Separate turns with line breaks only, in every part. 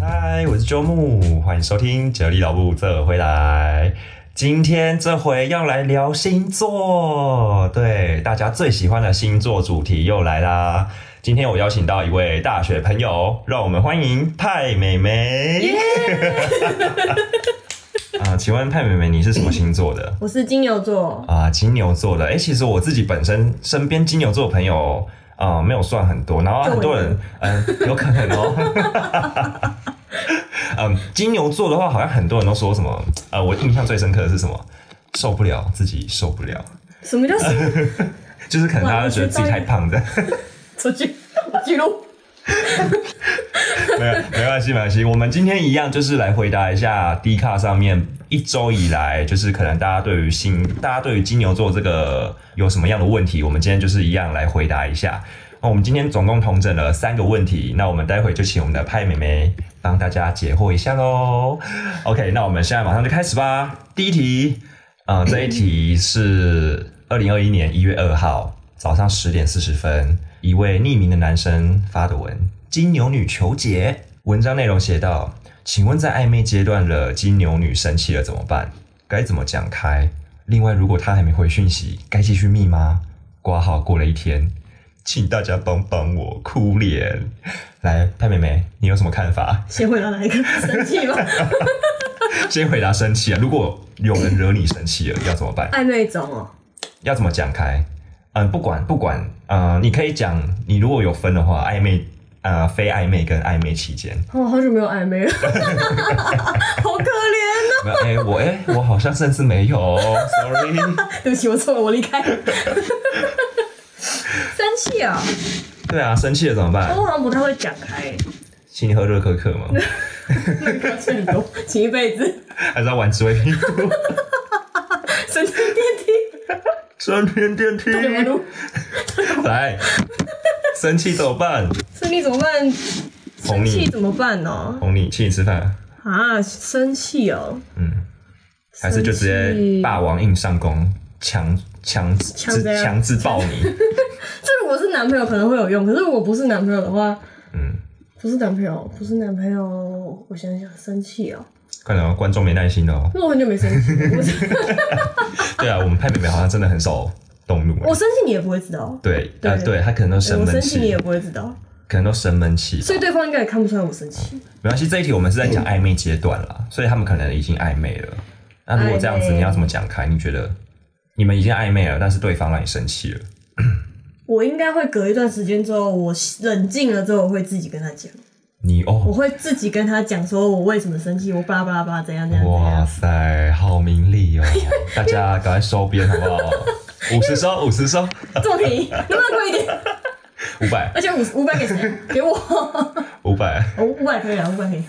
嗨，我是周木，欢迎收听《哲理老木这回来》。今天这回要来聊星座，对大家最喜欢的星座主题又来啦。今天我邀请到一位大学朋友，让我们欢迎派美眉。 啊，请问派美美，你是什么星座的？
我是金牛座，
啊，金牛座的。哎、其实我自己本身身边金牛座的朋友，呃，没有算很多，然后
就我
很多人，嗯、有可能哦。 嗯，金牛座的话，好像很多人都说什么，呃，我印象最深刻的是什么？受不了自己，受不了，
什么叫什 么？
就是可能大家都觉得自己太胖的，
出去记录。
没有，没关系，没关系。我们今天一样，就是来回答一下 D 卡上面一周以来，就是可能大家对于新，大家对于金牛座这个有什么样的问题，我们今天就是一样来回答一下。那我们今天总共统整了三个问题，那我们待会就请我们的派妹妹帮大家解惑一下喽。OK，那我们现在马上就开始吧。第一题，呃，这一题是二零二一年一月二号早上十点四十分，一位匿名的男生发的文：金牛女求解。文章内容写到：请问在暧昧阶段了，金牛女生气了怎么办？该怎么讲开？另外，如果她还没回讯息，该继续密吗？挂号过了一天，请大家帮帮我，哭脸。来，派妹妹，你有什么看法？
先回答哪一个？生气吗？
先回答生气啊！如果有人惹你生气了，要怎么办？
暧昧中哦，
要怎么讲开？嗯，不管不管，呃，你可以讲，你如果有分的话，暧昧，呃，非暧昧跟暧昧期间，
我哦 好久没有暧昧了，好可怜哦
没有，哎、我哎、我好像甚至没有哦，sorry，
啊！对不起，我错了，我离 开。生气啊，
对啊，生气了怎么办？
我好像不太会讲开，
请你喝热可可吗？
那个这里多，请一辈子，
还是要玩指挥拼图？
神经电梯，
升天电梯，
怎么录？
来，生气怎么办？
生气怎么办？
哄
生
你
气怎么办呢？
哄你，请你吃饭，
啊，生气哦，
嗯，还是就直接霸王硬上弓，强强
强
制啊
怎样
强制抱你，
这如果是男朋友可能会有用，可是如果不是男朋友的话，
嗯，
不是男朋友，不是男朋友，我想想，生气哦，
快点哦，观众没耐心哦。
因为我很久没生气 了，我
对啊，我们派妹妹好像真的很少动怒
我
哎。
生气你也不会知道，
对，呃，
对
对她可能都
对
生
我生
闷
气你
气
也，不会知道，
可能都生闷气。
所以对方应该也看不出来我生气。
没关系，这一题我们是在讲暧昧阶段啦，所以他们可能已经暧昧了。那如果这样
暧
子，
昧
你要怎么讲开？你觉得你们已经暧昧了，但是对方让你生气了，
我应该会隔一段时间之后，我冷静了之后，我会自己跟他讲，
你
我
哦，
会自己跟他讲，说我为什么生气，我巴拉巴拉巴拉怎样怎样啊哎怎
哇
样。
塞，好明理哦！大家赶快收编好不好？五十收，五十收，
这么便宜，能不能贵一点？
五百，
而且五五百给谁？给我，哦
五百，
五百可以啊，五百可以，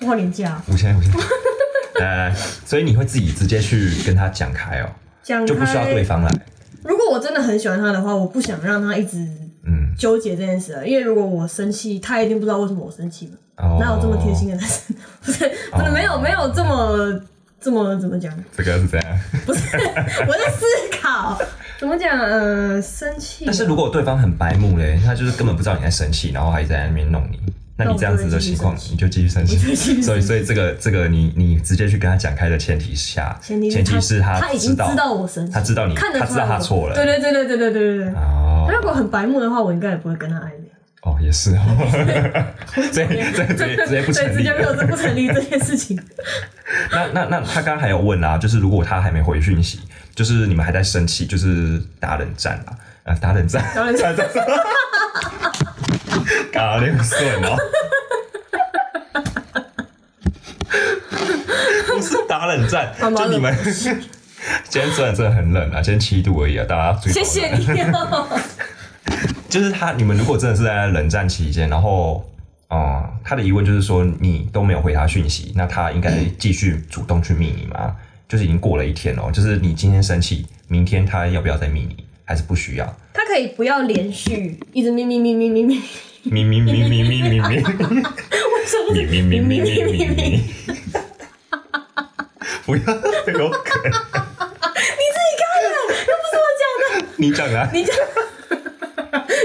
我好廉价啊。
五千，五千。 来来来，所以你会自己直接去跟他讲开哦，
讲
就不需要
开
对方来。
如果我真的很喜欢他的话，我不想让他一直
嗯，
纠结这件事了，因为如果我生气，他一定不知道为什么我生气嘛。
哦
哪有这么贴心的啊男生？不是，不是，没有没有这么这么怎么讲？
这个是这 样。
我在思考怎么讲。呃，生气，
但是如果对方很白目嘞，他就是根本不知道你在生气，然后还在那边弄你，那你这样子的情况，你就继续生气
我就会继续生。气
所以，所以这个这个你你直接去跟他讲开的前提下，
前提
是
他
他
已经知道我生气，
他知道你
看得出来
他知道他错了
对对对对对对对对对。
哦
如果很白目的话，我应该也不会跟他暧昧。
哦也是哦， 所以所以直接直接不
对，
成
直
立
接没。有这不成立这件事情。
那那那他刚刚还有问啊，就是如果他还没回讯息，就是你们还在生气，就是打冷战啦，啊打冷战，
打冷战，
搞六顺哦。不是打冷战，
好吗
就你们 今天虽然真的很冷啊，今天七度而已啊，大家注意保
谢
暖。
谢你哦。
就是他，你们如果真的是在冷战期间，然后，嗯，他的疑问就是说你都没有回他讯息，那他应该继续主动去密你吗？就是已经过了一天哦，就是你今天生气，明天他要不要再密你，还是不需 要？
他可以不要连续一直咪咪咪咪咪咪，
咪咪咪咪咪咪咪。咪咪咪咪咪咪咪。不要有梗，你讲的啊。
你这样，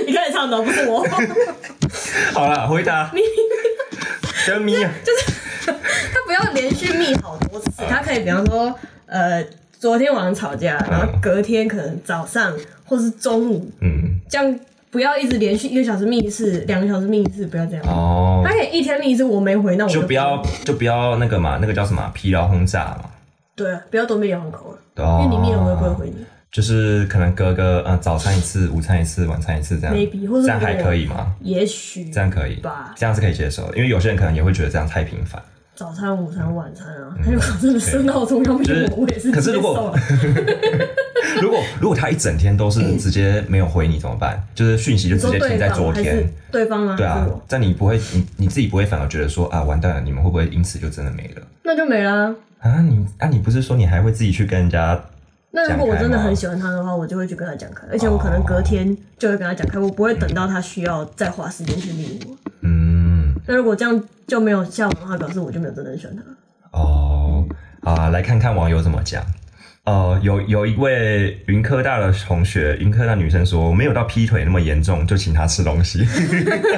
你 开始唱的不是我，
好了，回答。跟咪啊，就是
连续密好多次，他可以比方说，呃，昨天晚上吵架，然后隔天可能早上或是中午，
嗯，
这样不要一直连续一个小时密一次，两个小时密一次，不要这样。
哦
他，可以一天密一次，我没回，那我
就不要就不要那个嘛，那个叫什么啊疲劳轰炸嘛。
对，不要多密两口啊，因
哦
为你密了我也不会回你。
就是可能隔个呃早餐一次，午餐一次，晚餐一次这样
Maybe，或者
这样
如果
还可以吗？
也许
这样可以
吧，
这样是可以接受的，因为有些人可能也会觉得这样太频繁。
早餐、午餐、晚餐啊，他如果真的设闹钟要密
就是
我，我也是
可是
接
如果
受了。
如果如果他一整天都是直接没有回你怎么办？就是讯息就
嗯你
直
说
接停
对
在昨
方还是
天，
对方啊？
对
还
啊
是我，
但你不会你你自己不会反而觉得说啊完蛋了，你们会不会因此就真的没了
那就没啦。
啊？你啊你不是说你还会自己去跟人家
那如果我真
讲
的
开吗
很喜欢他的话，我就会去跟他讲开，而且我可能隔天就会跟他讲开，我不会等到他需要再花时间去理我。
嗯
那如果这样就没有效的话，表示我就没有真的很喜欢他。
哦啊，来看看网友怎么讲。呃，有有一位云科大的同学，云科大女生说没有到劈腿那么严重，就请他吃东西。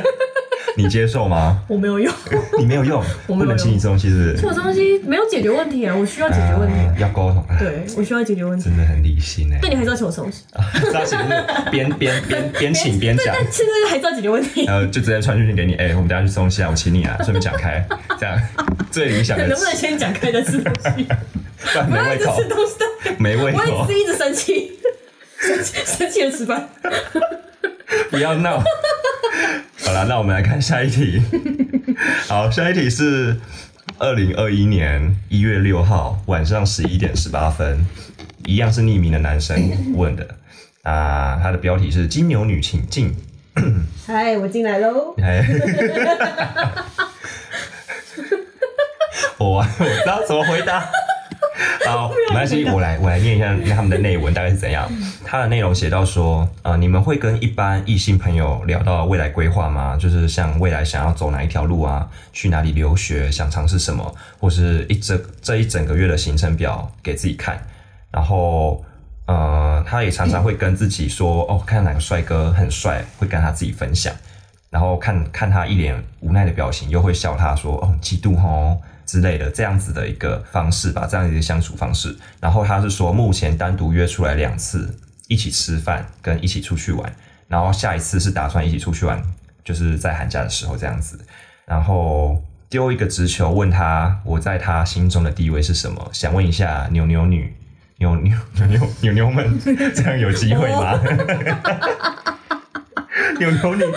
你接受吗？
我没有用，
你没有用，
我没
不
有
能请
用
你吃东西是不是？
这个东西没有解决问题啊，我需要解决问题。
啊要沟通，
对，我需要解决问题。
真的很理性哎、
但你还是要请我吃东西，
知道请就是边边边边请边讲，
但现在还是要解决问题。
然后就直接传讯息给你，哎、我们等一下去吃东西啊，我请你啊，顺便讲开，这样最理想的，
能不能先讲开再 吃东西？
不然
不
没
要一
胃
直
口
吃，东西，
没 胃
我也
口，
是一直生气，生气生气的吃饭。
不要闹。好了，那我们来看下一题。 好，下一题是二零二一年一月六号晚上十一点十八分，一样是匿名的男生问的。啊，他的标题是“金牛女请进
嗨，我进来喽”。。
哎，我啊我不知道怎么回答。好，没关系，我来我来念一下他们的内文大概是怎样。它的内容写到说，呃，你们会跟一般异性朋友聊到未来规划吗？就是像未来想要走哪一条路啊，去哪里留学，想尝试什么，或是一整这一整个月的行程表给自己看。然后，呃，他也常常会跟自己说，哦，看哪个帅哥很帅，会跟他自己分享。然后看看他一脸无奈的表情，又会笑他说：“哦，嫉妒哦之类的，这样子的一个方式吧，这样的一个相处方式。”然后他是说，目前单独约出来两次，一起吃饭跟一起出去玩，然后下一次是打算一起出去玩，就是在寒假的时候这样子。然后丢一个直球问他，我在他心中的地位是什么？想问一下牛牛女。牛牛牛牛牛牛们，这样有机会吗？ 牛牛女，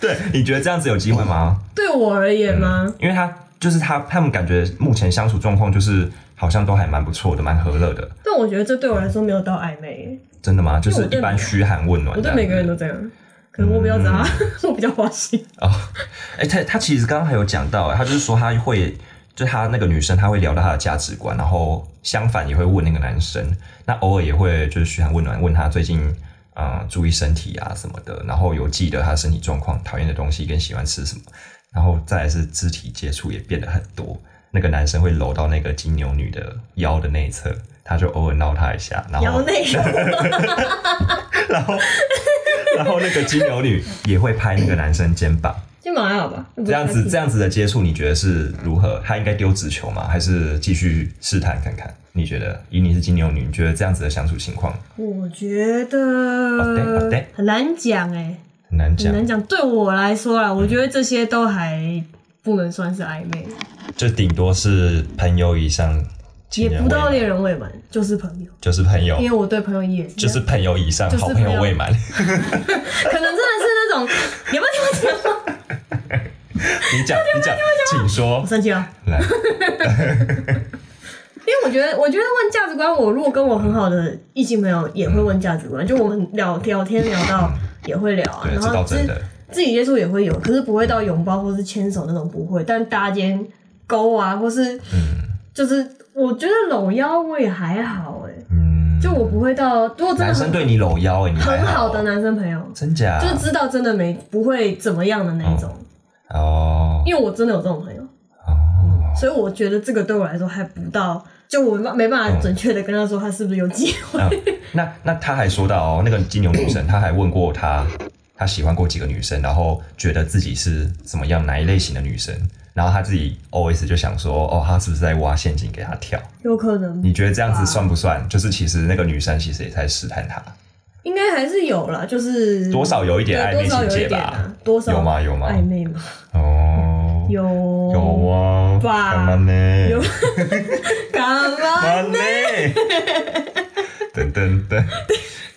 对，你觉得这样子有机会吗？
对我而言吗？
因为他就是他，他们感觉目前相处状况就是好像都还蛮不错的，蛮和乐的。
但我觉得这对我来说没有到暧昧，
真的吗？就是一般嘘寒问暖
我
这
对
样子。嗯
每个人都这样。可能我比较渣， 我比较花 心。
哦，哎、他他其实刚刚还有讲到，哎他就是说他会，就他那个女生，他会聊到他的价值观，然后相反也会问那个男生，那偶尔也会就是嘘寒问暖，问他最近呃注意身体啊什么的，然后有记得他身体状况、讨厌的东西跟喜欢吃什么，然后再来是肢体接触也变得很多，那个男生会搂到那个金牛女的腰的内侧，他就偶尔挠她一下， 然
然
后
后那个，
然后然后那个金牛女也会拍那个男生肩膀。
肩膀还好吧？
这样子这样子的接触，你觉得是如何？他应该丢直球吗？还是继续试探看看？你觉得，以你是金牛女，你觉得这样子的相处情况
我觉
好的好的
得很难讲哎，
很难
很
讲，
难讲。对我来说啊，我觉得这些都还不能算是暧昧，
就顶多是朋友以上，情
也
人
不到
未满
恋人未满，就是朋友。
就是朋友
因，为我对朋友也是
就
这样，
是朋友以上，
就是
好朋
朋友
友未满。
可能真的是那种，你有没有听过这个？
你 讲，你讲，请说
我，生气了。
来，
因为我觉得，我觉得问价值观，我如果跟我很好的异性朋友也会问价值观，就我们聊聊天聊到也会聊啊，
对，
然
这倒
后自
真的，
自己接触也会有，可是不会到拥抱或是牵手那种不会，但搭肩勾啊，或是
嗯
就是我觉得搂腰我也还好哎、
嗯，
就我不会到，如果真
男
的
生
很
对你搂腰，哎，你还
很好
哦
的，男生朋友，
真假？
就是知道真的没不会怎么样的那种，
哦
因为我真的有这种朋友。
哦，
所以我觉得这个对我来说还不到，就我没没办法准确的跟他说他是不是有机会。
哦啊，那那他还说到哦，那个金牛女生，他还问过他，他喜欢过几个女生，然后觉得自己是怎么样哪一类型的女生，然后他自己 OS 就想说，哦，他是不是在挖陷阱给他跳？
有可能
你觉得这样子算不算？就是其实那个女生其实也在试探他，
嗯应该还是有啦，就是
多少有一点暧
对
昧
多少
情
有一
节
点
吧？
啊，多少
有吗？有吗？
暧昧嘛，
哦，
有
有啊，
吧
干嘛呢？
有干嘛？
完美，噔噔噔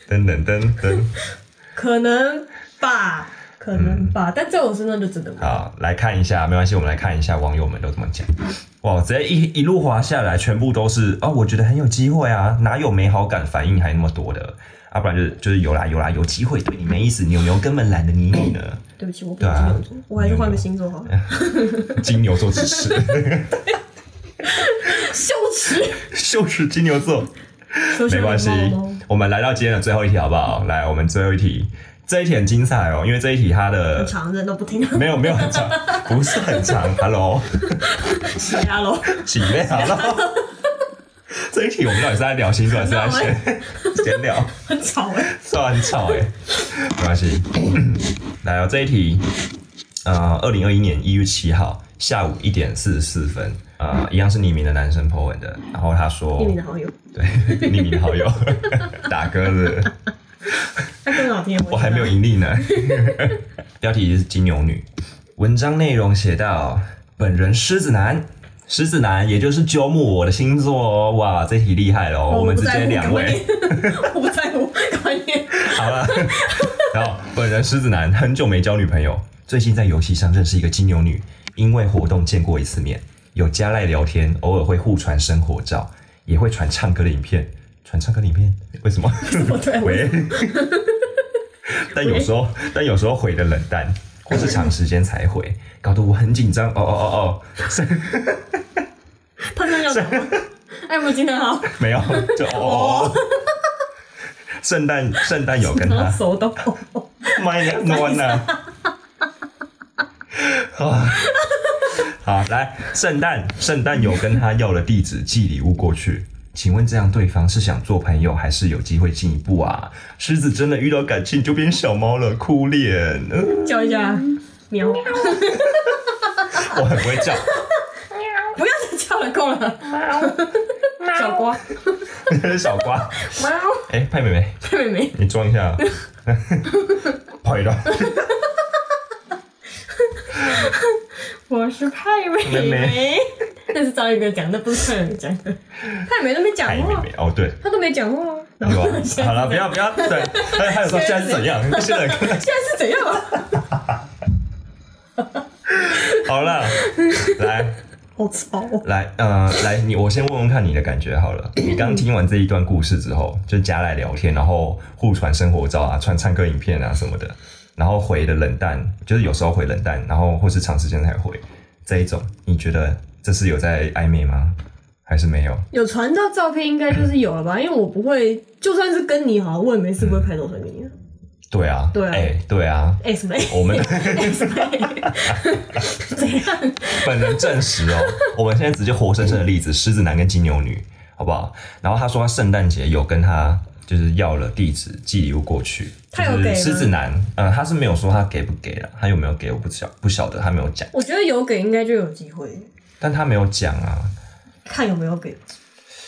噔噔噔噔，
可能吧，可能吧，但在我身上就真的没有
嗯好，来看一下，没关系，我们来看一下网友们都怎么讲。哇，直接一一路滑下来，全部都是哦，我觉得很有机会啊，哪有没好感反应还那么多的？啊，不然就是就是有啦有啦，有机会对你没意思，扭扭根本懒得理你呢。
对不起，我不
对
是金
啊
牛座，我还是换个星座好了。
金牛座只是
羞耻，
就是金牛座，
羞耻
没关系
有点冒冒，
我们来到今天的最后一题好不好？来，我们最后一题，这一题很精彩哦，因为这一题它
很
的
长人都不听，
没有没有很长，不是很长。Hello，
谁啊喽？
几位 Hello，这一题我们到底是在聊星座还是在闲闲聊？
很吵哎，
是吧？很吵哎、没关系。 来哦，这一题，呃，二零二一年一月七号下午一点四十四分，呃，一样是匿名的男生 po 文的，然后他说，
匿名的好友，
对，匿名好友 打歌的。
他更好听，
我还没有盈 利呢。标题是金牛女，文章内容写到本人狮子男，狮子男也就是鸠木我的星座哦，哇，这题厉害了、哦，
哦
我们直接两，
我
位
不在乎赶快念 我不在乎，赶快念。
好了。 然后本人狮子男很久没交女朋友，最近在游戏上认识一个金牛女，因为活动见过一次面，有加赖聊天，偶尔会互传生活照，也会传唱歌的影片，传唱歌的影片为什么？
我对我
喂，但有时候但有时候回的冷淡，或是长时间才回，搞得我很紧张。哦哦哦哦，是
他真的要讲吗？哎，我今天好，
没有，就哦哦哦。圣诞圣诞有跟
然
他
后手都
妈呀，那完了。 啊，好，来，圣诞圣诞有跟他要了地址，寄礼物过去。请问这样对方是想做朋友，还是有机会进一步啊？狮子真的遇到感情就变小猫了，哭脸。呃
叫一下喵，不
我很会叫，
要再叫了，够了。 小瓜，
小瓜。
喵，
哎、派妹妹，
佩妹妹，
你装一下， 坏了，
我是派妹
妹
妹
妹，
那是张宇哥讲的，不是派妹讲的，派妹都没讲
派妹
话，
妹。哦，对，
他都没讲话啊。
有啊。好了，不要不要，对。哎还有还有说现在是怎样？现在跟
现在是怎样 啊？
好了，来。
好吵哦！
来，呃，来，你我先问问看你的感觉好了。你刚听完这一段故事之后，就加来聊天，然后互传生活照啊，传唱歌影片啊什么的，然后回的冷淡，就是有时候回冷淡，然后或是长时间才回这一种，你觉得这是有在暧昧吗？还是没有？
有传到照片，应该就是有了吧？因为我不会，就算是跟你好，我也没事不会拍照传给你啊。
对啊，
对啊
哎、对啊，
哎、什么？
我们
哎什么？ 怎样？
本人证实哦，我们现在直接活生生的例子，狮子男跟金牛女，好不好？然后他说他圣诞节有跟他就是要了地址寄礼物过去，就
他有给吗
是狮子男，呃，他是没有说他给不给了，他有没有给我不晓不晓得，他没有讲，
我觉得有给应该就有机会，
但他没有讲啊，
看有没有给。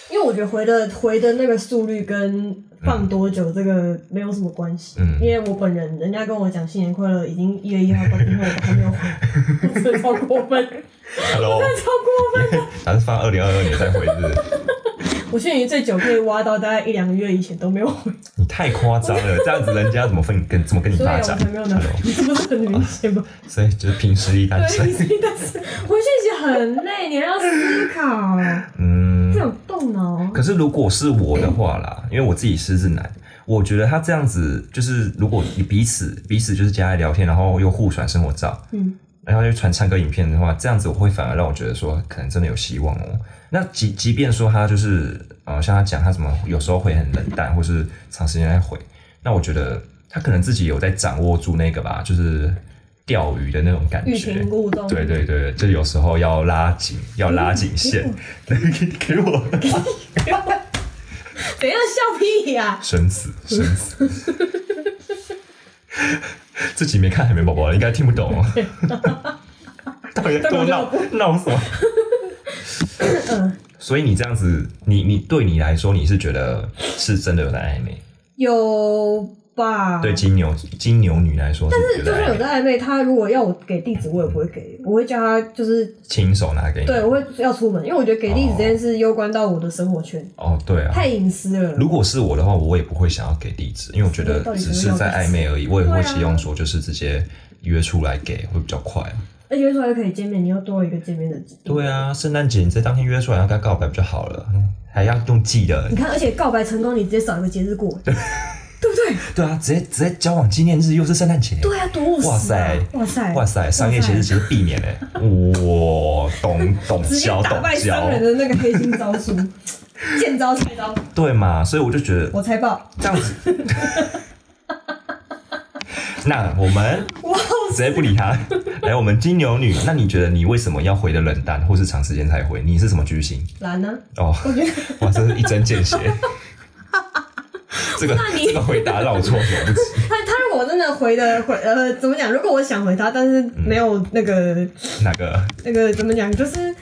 因为我觉得回的回的那个速率跟放多久这个没有什么关系，
嗯
因为我本人人家跟我讲新年快乐已经一月一号到今天我都还没有
嗯
回， 我真的超过分，
，Hello，
超过分。
还是放二零二二年再回是不是？
我现在最久可以挖到大概一两个月以前都没有回，
你太夸张了，这样子人家怎么分跟怎么跟你
所以
发
我
展
才没有拿
？Hello，，
这不是很明 显吗？
所以就是凭实力单身，
对，但是回讯息很累，你还要思考，
嗯
这。种动脑。
可是如果是我的话啦，因为我自己狮子男，我觉得他这样子就是，如果你彼此彼此就是加来聊天，然后又互传生活照，
嗯，
然后又传唱歌影片的话，这样子我会反而让我觉得说，可能真的有希望哦。那即即便说他就是呃，像他讲他怎么有时候会很冷淡，或是长时间在回，那我觉得他可能自己有在掌握住那个吧，就是钓鱼的那种感
欲
觉
擒。故纵。
对对对，就有时候要拉紧，要拉紧线。给 我
等一下笑屁呀、
生死，生死。 这集没看海绵宝宝，应该听不懂哦。到底在
但
多
我就
闹闹什么？
嗯
所以你这样子，你你对你来说，你是觉得是真的有在暧昧？
有吧？
对金牛金牛女来说，但
啊但是就算有在暧昧，他如果要我给地址，我也不会给，我会叫他就是
亲手拿给你。
对，我会要出门，因为我觉得给地址这件事攸关到我的生活圈，
哦，对啊。
太隐私了。
如果是我的话，我也不会想要给地址，因为我觉
啊
得只是在暧昧而已，我也会希望说就是直接约出来给会比较快。
而且说又可以见面，你又多了一个见面的机会。
对啊，圣诞节你在当天约出来要跟他告白不就好了？嗯还要用记的
你，看，而且告白成功，你直接少一个节日过，对不对？
对啊，直接直接交往纪念日又是圣诞节，
对啊，多务实啊！
哇塞
哇塞，
哇塞，商业节日其实避免哎，哇，懂懂
直接
教
打
懂
败商
教，
人的那个黑心招 数，见招拆招，
对嘛？所以我就觉得
我猜爆，
这样子， 那我们
哇！
直接不理他。来，我们金牛女，那你觉得你为什么要回的冷淡，或是长时间才回？你是什么居心？
蓝呢？
哦，
我觉得
哇，这是一针见血。这个
那你
这个回答让我措手不及。
他他如果真的回的回呃怎么讲？如果我想回他，但是没有那个、
哪个？
那个怎么讲？就是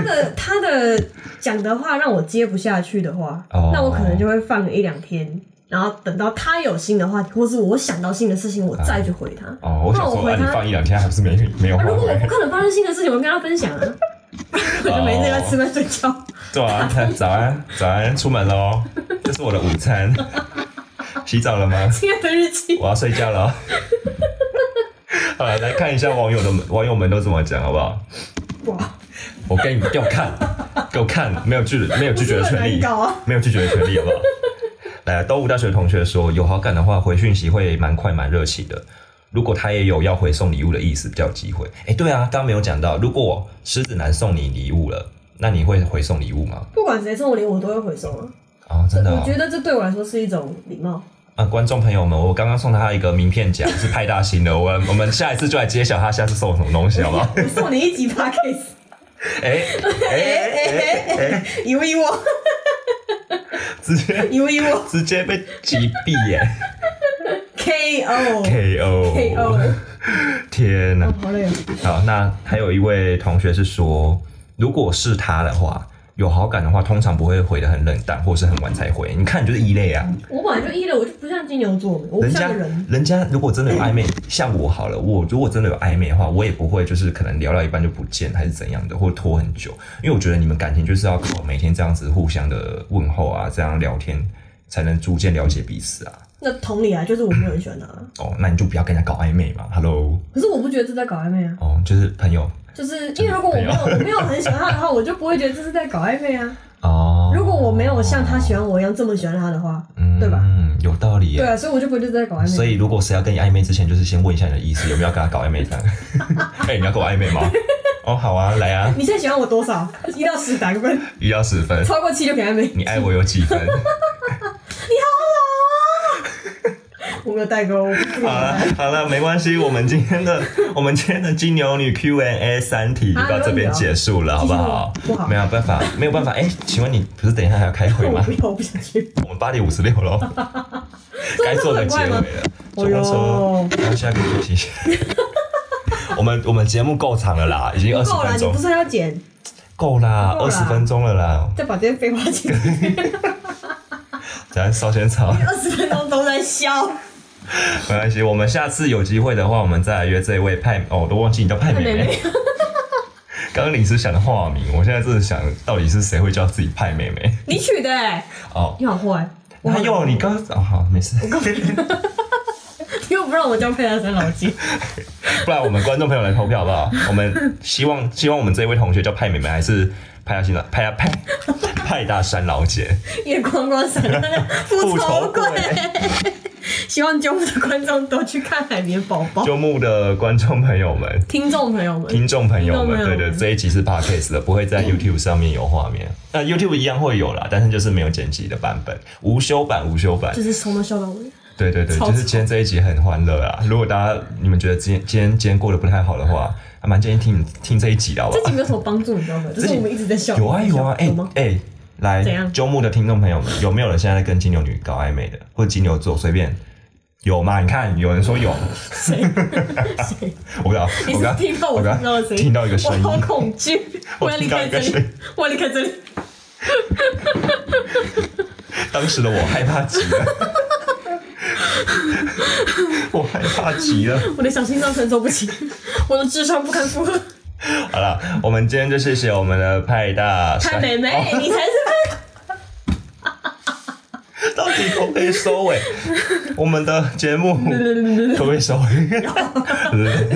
的他的讲的话让我接不下去的话，
哦
那我可能就会放个一两天。然后等到他有新的话题，或是我想到新的事情，我再去回他。
哦，我
那
想
我
说，
回
啊，你
他，
放一两天还不是没没有
啊
话
如果我不
回？
可能发生新的事情，我会跟他分享啊， 我就每天在家吃饭睡觉。
对啊，看早安，早安，出门喽，这是我的午餐。洗澡了吗？
今天的日记，
我要睡觉了 哦。好了，来看一下网友的网友们都怎么讲，好不好？
哇，
我给你给我 看，给我看，没有拒没有拒绝的权利
不是很难搞啊，
没有拒绝的权利，好不好？来，东吴大学的同学说，有好感的话回讯息会蛮快蛮热情的。如果他也有要回送礼物的意思，比较有机会。哎、对啊，刚刚没有讲到，如果狮子男送你礼物了，那你会回送礼物吗？
不管谁送我礼，我都会回收啊。
啊、真的、
我
哦
觉。得这对我来说是一种礼貌。
啊，观众朋友们，我刚刚送他一个名片夹，是派大星的。我们我们下一次就来揭晓他下次送什么东西，好不 好？
我送你一集 p o d c a s
哎 哎哎哎哎，
t 以为我，
直接
以为我
直接被击毙耶
KO
！KO
KO，
天呐、
哦，好累哦。
好，那还有一位同学是说，如果是他的话，有好感的话，通常不会回的很冷淡，或是很晚才回。你看，你就是异类啊。
我本来就一类，我就不像金牛座，我不
人家
像人。
人家如果真的有暧昧，像我好了，我如果真的有暧昧的话，我也不会就是可能聊到一半就不见还是怎样的，或拖很久，因为我觉得你们感情就是要靠每天这样子互相的问候啊，这样聊天才能逐渐了解彼此啊。
那同理啊，就是我没有很喜欢他，
哦，那你就不要跟人家搞暧昧嘛，Hello，
可是我不觉得这在搞暧昧啊。
哦，就是朋友
就是因为如果我没有我没有很喜欢他的话，我就不会觉得这是在搞暧昧啊。
哦，
如果我没有像他喜欢我一样这么喜欢他的话，
嗯
对吧？
有道理耶。
对啊，所以我就不会觉得这在搞暧
所
昧。
以，如果谁要跟你暧昧之前，就是先问一下你的意思，有没有要跟他搞暧昧 这样？哎、你要跟我暧昧吗？哦，好啊，来啊，
你现在喜欢我多少？一到十打 个分，
一到十分，
超过七就给暧昧。
你爱我有几 分？
啊 我没有代沟，我不知道
好啊了，好了，没关系，我们今天的 我们今天的金牛女 Q&A 三题就
啊
到这边结束了，好不好
继续吗不？好
没有办法，没有办法。哎、请问你不是等一下还要开会
我
吗
不？要，我不想去。
我们八点五十六喽， 该做的结尾了。
哦
周
哟
公说，
哎
然后下个学 期。我们我们节目够长了啦，已经二十
够了，
分
你
钟
不是还要剪，
够啦，
够
二
啦
十分钟了啦。
再把这些废话剪，
咱烧仙 草，
二十分钟都在笑。
没关系。我们下次有机会的话，我们再来约这一位派哦，我都忘记你叫 派美
哎妹
美
妹。
刚刚临时想的化名，我现在真的想到底是谁会叫自己派妹妹
你取的哎、
哦。
你好坏，我
还有你刚哦好没事，
又不让我交配的三老 鸡，
不然我们观众朋友来投票好不好？我们 希望希望我们这一位同学叫派妹妹，还是派大新老派大派派大山老姐？
夜光光闪亮的复
复
仇鬼
仇
希望节目的观众多去看《海绵宝宝》，
周牧的观众朋友们、
听众朋友们，
呃听众朋友
听众
们，
朋友
对
们
对，
嗯
这一集是 podcast 的，不会在 YouTube 上面有画面。那 YouTube 一样会有啦，但是就是没有剪辑的版本，无修版，无修版
就。是从头笑到尾。
对对对，
超
就是今天这一集很欢乐啊！如果大家你们觉得今天今天今天过得不太好的
嗯
话，还蛮建议听听这一集的，好不
这集
好？
没有什么帮助，你知道吗？就
这
是
集
我们一直在笑。
有啊有啊，哎
有
哎、
吗？
来
怎样
周末的听众朋友们，有没有人现在在跟金牛女搞暧昧的，或者金牛座随便？有吗？你看，有人说有，
谁？谁？
我刚
你
我
是
刚
听到我
我
听到
刚
的声音，
听到一个声音
我，好恐惧，我要离开这
我听到一个声音，
里我要离开这里。
当时的我害怕极了， 我害怕极了。
我的小心脏承受不起，我的智商不堪 负荷。
好了，我们今天就谢谢我们的派大哦
潘
山
美美，你才是 潘。
到底可不可以收尾？我们的节目可不可以收尾？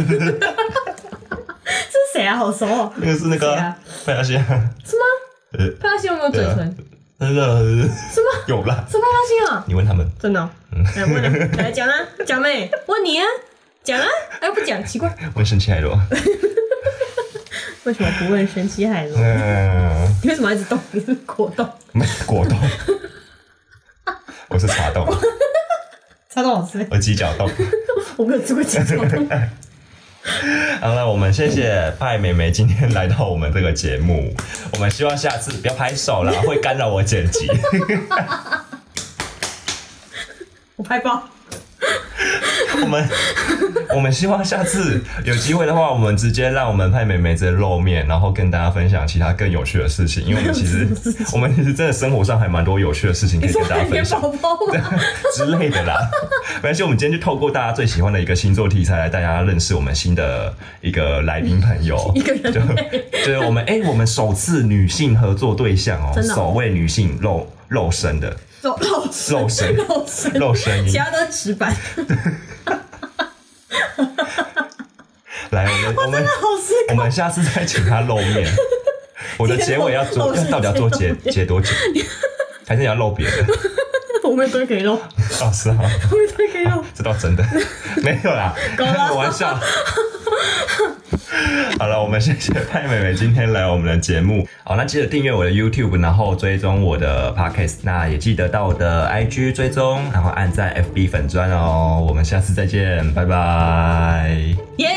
这是谁啊？好熟哦！
那个是那
谁
个
啊
派大星，
是吗？
呃，
派大星有没有嘴唇？
真的
是吗？
有啦。
是派大星啊？
你问他们，
真的哦、来问啊， 来讲啊，讲妹，问你啊，讲啊，哎不讲，奇怪，
问生气海螺。
为什么不问神奇海螺？
嗯，
你为什么一直动？你是果冻？
没果冻，我是茶冻，
超冻好吃，
我鸡脚冻。
我没有吃过鸡脚冻。
好了，我们谢谢派妹妹今天来到我们这个节目，我们希望下次不要拍手啦，会干扰我剪辑。
我拍包，
我们我们希望下次有机会的话，我们直接让我们派美眉直接露面，然后跟大家分享其他更有趣的事情。因为我们其
还
实
有 什么事情
我们其实真的生活上还蛮多有趣的事情可
你
以
说
跟大家
海绵
分享
宝宝吗？
之类的啦。没关系，我们今天就透过大家最喜欢的一个星座题材来大家认识我们新的一个来宾朋友，
一个人
就就是我们哎、我们首次女性合作对象哦、
真的哦
首位女性露露身的
肉肉
肉身
肉身
露声音
其他都是纸板，
来，我们我们
好吃
我们下次再请他露 面。我的结尾要做，要到底要做解解多久？还是你要露别 的？
我们都可以肉，
哦，是啊，
我们都可以肉。
这倒真的没有啦，
够了
开个玩笑。 好了，我们谢谢派妹妹今天来我们的节目。好，那记得订阅我的 YouTube，然后追踪我的 Podcast，那也记得到我的 IG 追踪，然后按在 FB 粉砖哦。我们下次再见，拜拜。
耶！